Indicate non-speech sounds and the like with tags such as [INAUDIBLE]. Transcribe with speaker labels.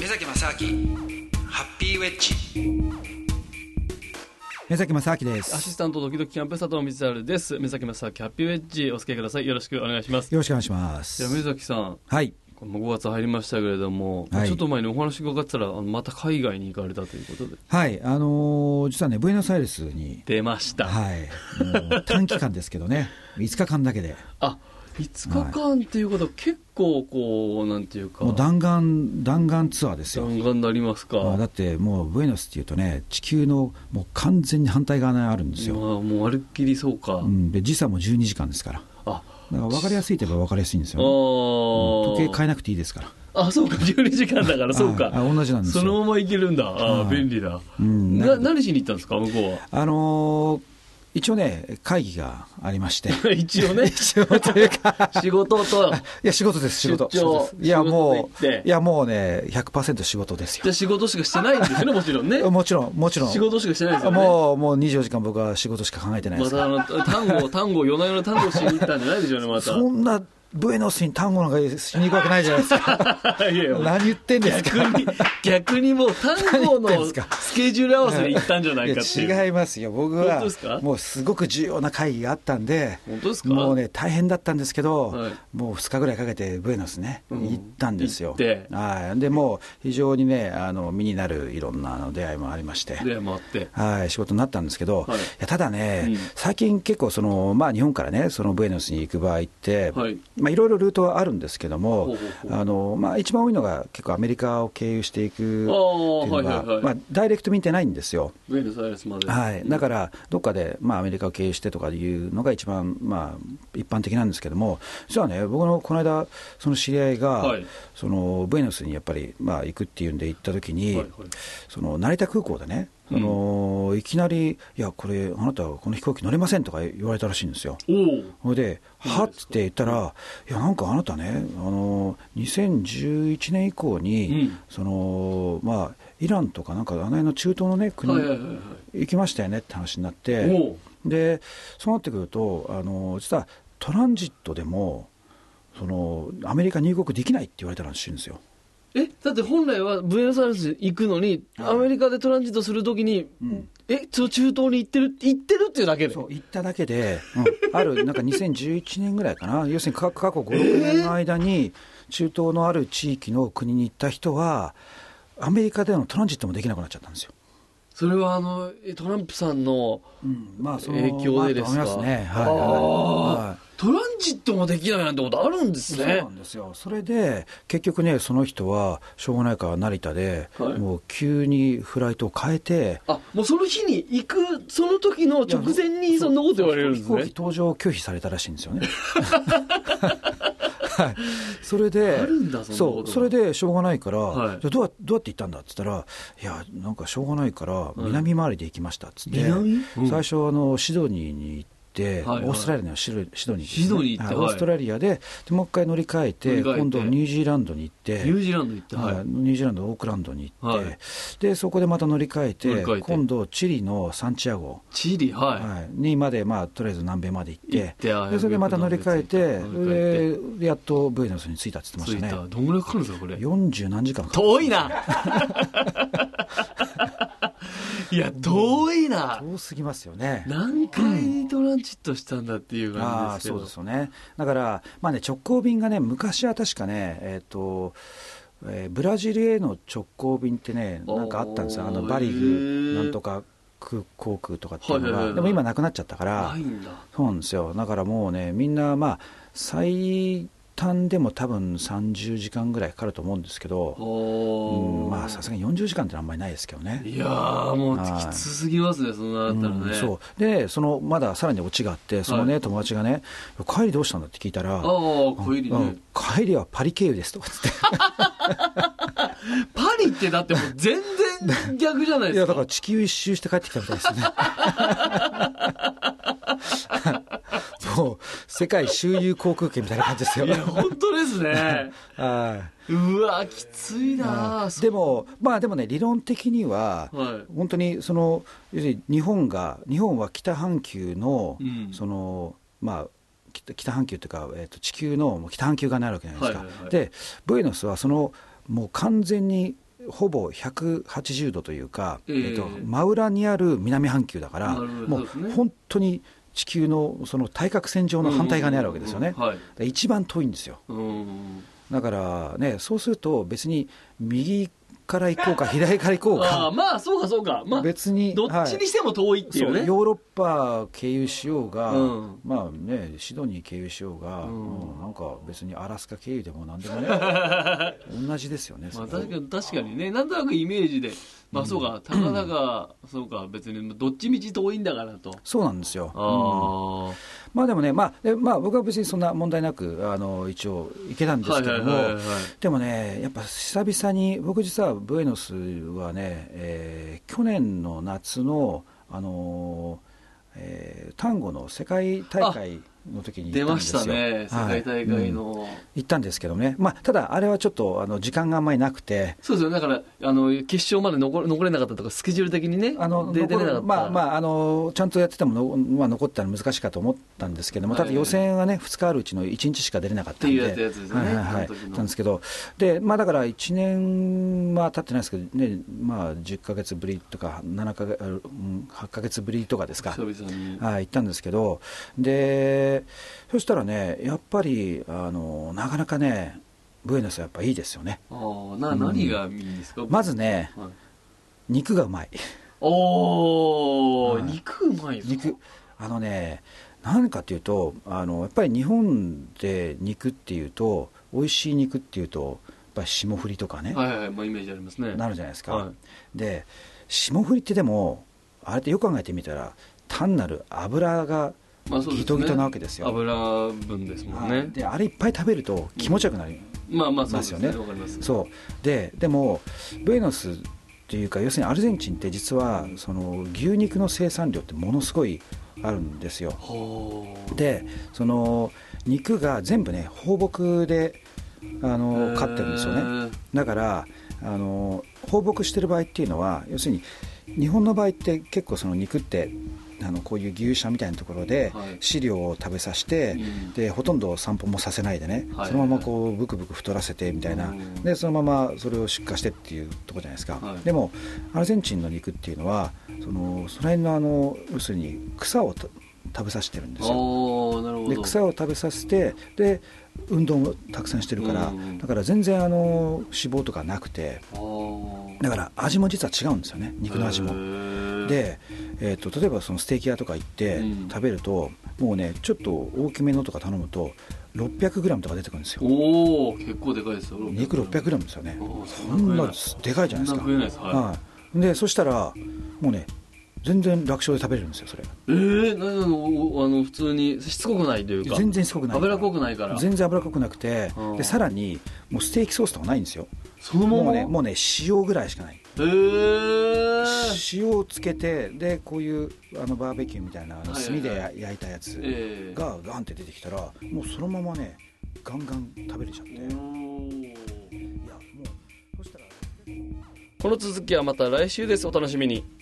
Speaker 1: 目崎正明ハッピーウェッジ
Speaker 2: 目崎正明で
Speaker 3: アシ
Speaker 2: す
Speaker 3: スタントドキドキキャンプ佐藤光晴です。目崎正明ハッピーウェッジお付き合いください。よろしくお願いします。
Speaker 2: よろしくお願いしま
Speaker 3: いや目
Speaker 2: す
Speaker 3: 崎さん、
Speaker 2: はい
Speaker 3: この5月入りましたけれども、
Speaker 2: はい
Speaker 3: ちょっと前にお話伺ってたら、あのまた海外に行かれたということで。
Speaker 2: はいあのー実はねブエノスアイレスに
Speaker 3: 出ました。
Speaker 2: はいもう短期間ですけど
Speaker 3: [LAUGHS]
Speaker 2: ね5日間だけで
Speaker 3: あ、5日間っていうことは結構こう、なんていうか、
Speaker 2: もう弾丸弾丸ツアーですよ
Speaker 3: 弾丸になりますか。
Speaker 2: あだ
Speaker 3: ま
Speaker 2: ってもうブエノスっていうとね地球のもう完全に反対側にあるんです
Speaker 3: あ
Speaker 2: よ、
Speaker 3: もうあるっきりそうか。
Speaker 2: うん、で時差も12時間ですから
Speaker 3: あ、
Speaker 2: だから分かりやすいといえば分かりやすいんです
Speaker 3: あ
Speaker 2: よね、
Speaker 3: ー
Speaker 2: 時計変えなくていいですから
Speaker 3: あ、そうか、12時間だから、そうか。
Speaker 2: ああ同じなんですよ
Speaker 3: そのまま行けるんだ。あー
Speaker 2: はい
Speaker 3: 便利だ。
Speaker 2: うん
Speaker 3: な何しに行ったんですか、向こうは。
Speaker 2: あのー一応ね会議がありま
Speaker 3: [LAUGHS]
Speaker 2: して [LAUGHS]
Speaker 3: 一応ね、
Speaker 2: 一応と [LAUGHS] いうか
Speaker 3: [LAUGHS] 仕事と、
Speaker 2: いや、仕事です、仕事。
Speaker 3: 出張
Speaker 2: 仕事ですいや、も
Speaker 3: 仕事
Speaker 2: う
Speaker 3: で行っ、て
Speaker 2: いや、もうね、100%仕事です
Speaker 3: じゃあ仕事しかしてないんですよね、もちろん
Speaker 2: [LAUGHS]
Speaker 3: ね。
Speaker 2: よ。もちろん、もちろん。
Speaker 3: 仕事しかしてないですよね。
Speaker 2: もう、もう24時間僕は仕事しか考えてないで
Speaker 3: ますた
Speaker 2: か
Speaker 3: あ
Speaker 2: ら。
Speaker 3: の、単語を、単語を、夜な夜な単語しに行ったんじゃないでしょうね、また。
Speaker 2: そんな、ブエノスに単語なんかしに行くわけないじゃないですか。
Speaker 3: [LAUGHS] いやいや
Speaker 2: 何言ってんです
Speaker 3: 逆
Speaker 2: か。
Speaker 3: に、逆にもう単語
Speaker 2: 何言
Speaker 3: の
Speaker 2: ってんすか
Speaker 3: スケジュール合わせで行ったんじゃないかっていう。
Speaker 2: いや違いますよ、僕
Speaker 3: 本当
Speaker 2: は
Speaker 3: ですか、
Speaker 2: もうすごく重要な会議があったんで、
Speaker 3: 本当ですか
Speaker 2: もうね、大変だったんですけど、
Speaker 3: はい
Speaker 2: もう2日ぐらいかけて、ブエノスね、
Speaker 3: うん
Speaker 2: 行ったんですよ。
Speaker 3: 行って
Speaker 2: はいでもう、非常にねあの、身になるいろんなあの出会いもありまして。
Speaker 3: で、回って。
Speaker 2: はい、仕事になったんですけど、
Speaker 3: はい
Speaker 2: いやただね、
Speaker 3: うん
Speaker 2: 最近結構その、まあ、日本からね、そのブエノスに行く場合って、
Speaker 3: はい
Speaker 2: いまあ、いろいろルートはあるんですけども、
Speaker 3: ほうほうほう
Speaker 2: あのまあ、一番多いのが結構アメリカを経由していくっていう
Speaker 3: あー
Speaker 2: のが、
Speaker 3: はいはいはい
Speaker 2: まあ、ダイレクト見てないんですよ。
Speaker 3: ウェルスアイレスまで。
Speaker 2: はい、だから、どっかで、まあ、アメリカを経由してとかいうのが一番、まあ、一般的なんですけども、実はね、僕のこの間、その知り合いが、
Speaker 3: はい
Speaker 2: そのブエノスにやっぱり、まあ、行くっていうんで行った時に、
Speaker 3: はいはい
Speaker 2: その成田空港でね、
Speaker 3: うん
Speaker 2: あのいきなり、いや、これ、あなたはこの飛行機乗れませんとか言われたらしいんですよ。
Speaker 3: おお。
Speaker 2: それで、はっつって言ったら、いや、なんかあなたね、あの2011年以降に、
Speaker 3: うん
Speaker 2: そのまあ、イランとか、なんかあの辺の中東の、ね、国、
Speaker 3: はいはいはいはい
Speaker 2: 行きましたよねって話になっ
Speaker 3: お
Speaker 2: て、
Speaker 3: う
Speaker 2: でそうなってくると、あの実はトランジットでもその、アメリカ入国できないって言われたらしいんですよ。
Speaker 3: え、だって本来はブエノスアイレス行くのに、
Speaker 2: はい
Speaker 3: アメリカでトランジットするときに、
Speaker 2: ん
Speaker 3: え、その中東に行ってる、行ってるっていうだけで。
Speaker 2: そう行っただけで、うん [LAUGHS] あるなんか2011年ぐらいかな、要するに過過去5、6年の間に、中東のある地域の国に行った人は、アメリカでのトランジットもできなくなっちゃったんですよ。
Speaker 3: それはあの、えトランプさんの、
Speaker 2: まあ、その
Speaker 3: 影響でです
Speaker 2: ま
Speaker 3: か
Speaker 2: あと思いますね、はい
Speaker 3: あー
Speaker 2: はいはい
Speaker 3: トランジットもできないなんてことあるんです
Speaker 2: そう
Speaker 3: ね
Speaker 2: な。んですよそれで結局ねその人はしょうがないから成田で、
Speaker 3: はい
Speaker 2: もう急にフライトを変えて
Speaker 3: あ、もうその日に行く、その時の直前にそんなこと言われるんで
Speaker 2: 飛
Speaker 3: す
Speaker 2: 行機
Speaker 3: ね。
Speaker 2: 搭乗を拒否されたらしいんですよねはいそれで
Speaker 3: あるんだそんなこと
Speaker 2: うそれでしょうがないから、
Speaker 3: はい
Speaker 2: じゃあどうやどうやって行ったんだって言ったらいやなんかしょうがないから南回りで行きましたっつって、
Speaker 3: 南うん
Speaker 2: 最初あのシドニーに行って
Speaker 3: はいはい
Speaker 2: オーストラリアのシドシドニーですね
Speaker 3: シドニー行って
Speaker 2: はい
Speaker 3: は
Speaker 2: オ
Speaker 3: い
Speaker 2: ーストラリアででもう一回乗り換えて
Speaker 3: 乗り換えて
Speaker 2: 今度ニュージーランドに行って
Speaker 3: ニュージーランド行って、は。
Speaker 2: はいい、ニュージーランド、オークランドに行って、
Speaker 3: はい
Speaker 2: でそこでまた乗り換えて、
Speaker 3: 乗り換えて
Speaker 2: 今度、チリのサンチアゴ、
Speaker 3: チリ、はい。
Speaker 2: はい、にまで、まあ、とりあえず南米まで行っ、
Speaker 3: 行っててあ
Speaker 2: でそれでまた乗り換えて、
Speaker 3: 乗り換
Speaker 2: でやっとブエノスに着いたって言っ
Speaker 3: 着い。
Speaker 2: てましたたね。
Speaker 3: どんぐらいかかるんですか、これ。
Speaker 2: 40何時間かかる
Speaker 3: 遠
Speaker 2: [LAUGHS]
Speaker 3: いないや、遠いな
Speaker 2: 遠すぎますよね。
Speaker 3: 何回トランジットしたんだっていう
Speaker 2: ああ
Speaker 3: 感じですけど。
Speaker 2: そうですよね、だから、まあね、直行便がね、昔は確かね、えーとえーブラジルへの直行便ってね、なんかあったんですよ、あの
Speaker 3: おー
Speaker 2: バリ
Speaker 3: へー
Speaker 2: グなんとか空航空とかっていうのが、
Speaker 3: はいはいはいはい
Speaker 2: でも今、なくなっちゃったから
Speaker 3: ない、んだ。
Speaker 2: そうなんですよだからもうねみんなまあ最短でも多分30時間ぐらいかかると思うんですけど、
Speaker 3: おー
Speaker 2: うんまあさすがに40時間ってのはあんまりないですけどね。
Speaker 3: いやー、も
Speaker 2: はいう
Speaker 3: きつすぎますね、そんなあったらね。
Speaker 2: うんそうでそのまださらにオチがあってそのね、
Speaker 3: は
Speaker 2: 友達がね「帰りどうしたんだ?」って聞いたら「
Speaker 3: ああ、小入り
Speaker 2: う
Speaker 3: ね
Speaker 2: ん。帰りはパリ経由です」とかつって
Speaker 3: パリってだってもう全然逆じゃない
Speaker 2: い
Speaker 3: で
Speaker 2: や
Speaker 3: す
Speaker 2: だか
Speaker 3: か。
Speaker 2: ら地球一周して帰ってきたみたい
Speaker 3: [LAUGHS]
Speaker 2: ですね。もう世界周遊航空券みたいな感じですよ。
Speaker 3: いや、本当で
Speaker 2: [LAUGHS]
Speaker 3: すね。
Speaker 2: はい。
Speaker 3: うわ、きついなあ
Speaker 2: で、も、まあでもね、理論的には、
Speaker 3: はい
Speaker 2: 本当にその要するに日本が、日本は北半球の、
Speaker 3: うん
Speaker 2: そのまあ北北半球というか、えー、と地球のもう北半球側になるわけじゃないですか、
Speaker 3: はいはいはい
Speaker 2: で、ブエノスはそのもう完全にほぼ180度というか、え
Speaker 3: ええ
Speaker 2: ーと真裏にある南半球だから、
Speaker 3: なるほど
Speaker 2: も
Speaker 3: そうです
Speaker 2: う
Speaker 3: ね
Speaker 2: 本当に地球のその対角線上の反対側にあるわけですよね、
Speaker 3: うんうんうんうんはい
Speaker 2: だから一番遠いんですよ。
Speaker 3: うん
Speaker 2: だからね、そうすると別に右から行こうか、左から行こう
Speaker 3: あ
Speaker 2: か
Speaker 3: あ、まあそうかそうか、まあ、
Speaker 2: 別に
Speaker 3: どっちにしても遠いってい
Speaker 2: そう
Speaker 3: ね、
Speaker 2: うヨーロッパ経由しようが、
Speaker 3: うん
Speaker 2: まあね、シドニー経由しようが、
Speaker 3: ん
Speaker 2: うんなんか別にアラスカ経由でもなんでも
Speaker 3: [LAUGHS]
Speaker 2: ね、同じですよね、
Speaker 3: まあ、
Speaker 2: それは
Speaker 3: 確かに確かにね、なんとなくイメージで、まあそうか、たかだか、そうか、別にどっちみち遠いんだからと。
Speaker 2: そうなんですよ。うん
Speaker 3: あ
Speaker 2: まあでもね、まあでまあ、僕は別にそんな問題なく、あの一応、行けたん
Speaker 3: あ、
Speaker 2: ですけども、
Speaker 3: はいはいはいはい
Speaker 2: でもね、やっぱ久々に、僕、実はブエノスはね、えー去年の夏の、あのーえー単語の世界大会の時に行
Speaker 3: 出
Speaker 2: ったん
Speaker 3: ま
Speaker 2: で
Speaker 3: し
Speaker 2: すよ
Speaker 3: たね、世
Speaker 2: は
Speaker 3: 界
Speaker 2: い
Speaker 3: 大
Speaker 2: う
Speaker 3: 会
Speaker 2: ん
Speaker 3: の。
Speaker 2: 行ったんですけどね、まあ、ただ、あれはちょっとあの時間があんまりなくて、
Speaker 3: そうですよ、だから、あの決勝まで残れ残れなかったとか、スケジュール的にね、
Speaker 2: あの
Speaker 3: 出出れ
Speaker 2: 残
Speaker 3: なかった。
Speaker 2: るまあまああの、ちゃんとやっててもの、まあ、残ったら難しいかと思ったんですけども、ただ予選はね、2日あるうちの1日しか出れなかったんで、
Speaker 3: っていうやつですよね
Speaker 2: はいはいはい
Speaker 3: その時の
Speaker 2: なんですけど、でまあ、だから1年は経ってないですけど、ねまあ、10ヶ月ぶりとか、7か月、うん8ヶ月ぶりとかですか。
Speaker 3: 久々に。
Speaker 2: はい、行ったんですけど、で、そしたらね、やっぱり、あの、なかなかね、ブエノスはやっぱいいですよね。
Speaker 3: ああ、な、何がいいんですか、
Speaker 2: まずね、
Speaker 3: はい、
Speaker 2: 肉がうまい。
Speaker 3: おー、
Speaker 2: はい
Speaker 3: 肉うまいですか
Speaker 2: 肉あのね何かっていうとあのやっぱり日本で肉っていうと美味しい肉っていうとやっぱり霜降りとかね、
Speaker 3: はいはいはい、まあ、イメージありますね。
Speaker 2: なるじゃないですか、
Speaker 3: は
Speaker 2: で霜降りってでもあれってよく考えてみたら単なる油が
Speaker 3: まあそうですね
Speaker 2: ギトギトなわけですよ、
Speaker 3: 油分ですもん
Speaker 2: は
Speaker 3: ね
Speaker 2: い。であれいっぱい食べると気持ちよくなる、
Speaker 3: まあまあそうですね。
Speaker 2: ますよね
Speaker 3: わかります。
Speaker 2: そうででもブエノスっていうか要するにアルゼンチンって実はその牛肉の生産量ってものすごいあるんですよ
Speaker 3: ほー
Speaker 2: でその肉が全部ね放牧であの飼ってるんですよ
Speaker 3: へ
Speaker 2: ね
Speaker 3: ー
Speaker 2: だからあの放牧してる場合っていうのは要するに日本の場合って結構その肉ってあのこういう牛舎みたいなところで
Speaker 3: はい
Speaker 2: 飼料を食べさせて、
Speaker 3: うん
Speaker 2: でほとんど散歩もさせないでね、
Speaker 3: はい
Speaker 2: そのままこうブクブク太らせてみたいな、
Speaker 3: うん
Speaker 2: でそのままそれを出荷してっていうところじゃないですか、
Speaker 3: はい
Speaker 2: でもアルゼンチンの肉っていうのはそのその辺のあの要するに草をた食べさせてるんですよ
Speaker 3: おーなるほ
Speaker 2: で
Speaker 3: ど。
Speaker 2: 草を食べさせてで運動もたくさんしてるから、
Speaker 3: うんうん
Speaker 2: だから全然あの脂肪とかなくて
Speaker 3: おー
Speaker 2: だから味も実は違うんですよね肉の味
Speaker 3: へ
Speaker 2: も。
Speaker 3: ー
Speaker 2: で、えー、と例えばそのステーキ屋とか行って
Speaker 3: うん
Speaker 2: 食べると、もうねちょっと大きめのとか頼むと 600g とか出てくるんですよ
Speaker 3: おお結構でかいですよ。
Speaker 2: 肉 600g ですよね
Speaker 3: おー
Speaker 2: そんなでかいじゃないですか
Speaker 3: そんな食えないですはい
Speaker 2: はいでそしたらもうね全然楽勝で食べれるんですよそれ
Speaker 3: えー、なんあのおあの普通にしつこくないというか。
Speaker 2: 全然すごくない
Speaker 3: 油っこくないから。
Speaker 2: 全然脂っこくなくて
Speaker 3: うん
Speaker 2: でさらにもうステーキソースとかないんですよ
Speaker 3: そのまま。
Speaker 2: もうねもうね塩ぐらいしかない
Speaker 3: えー。
Speaker 2: 塩をつけてでこういうあのバーベキューみたいなあの
Speaker 3: はいはい
Speaker 2: 炭でや焼いたやつ
Speaker 3: えー
Speaker 2: がガンって出てきたらもうそのままねガンガン食べれちゃっていやも
Speaker 3: おー
Speaker 2: うそしたら
Speaker 3: この続きはまた来週です。お楽しみに。
Speaker 1: 「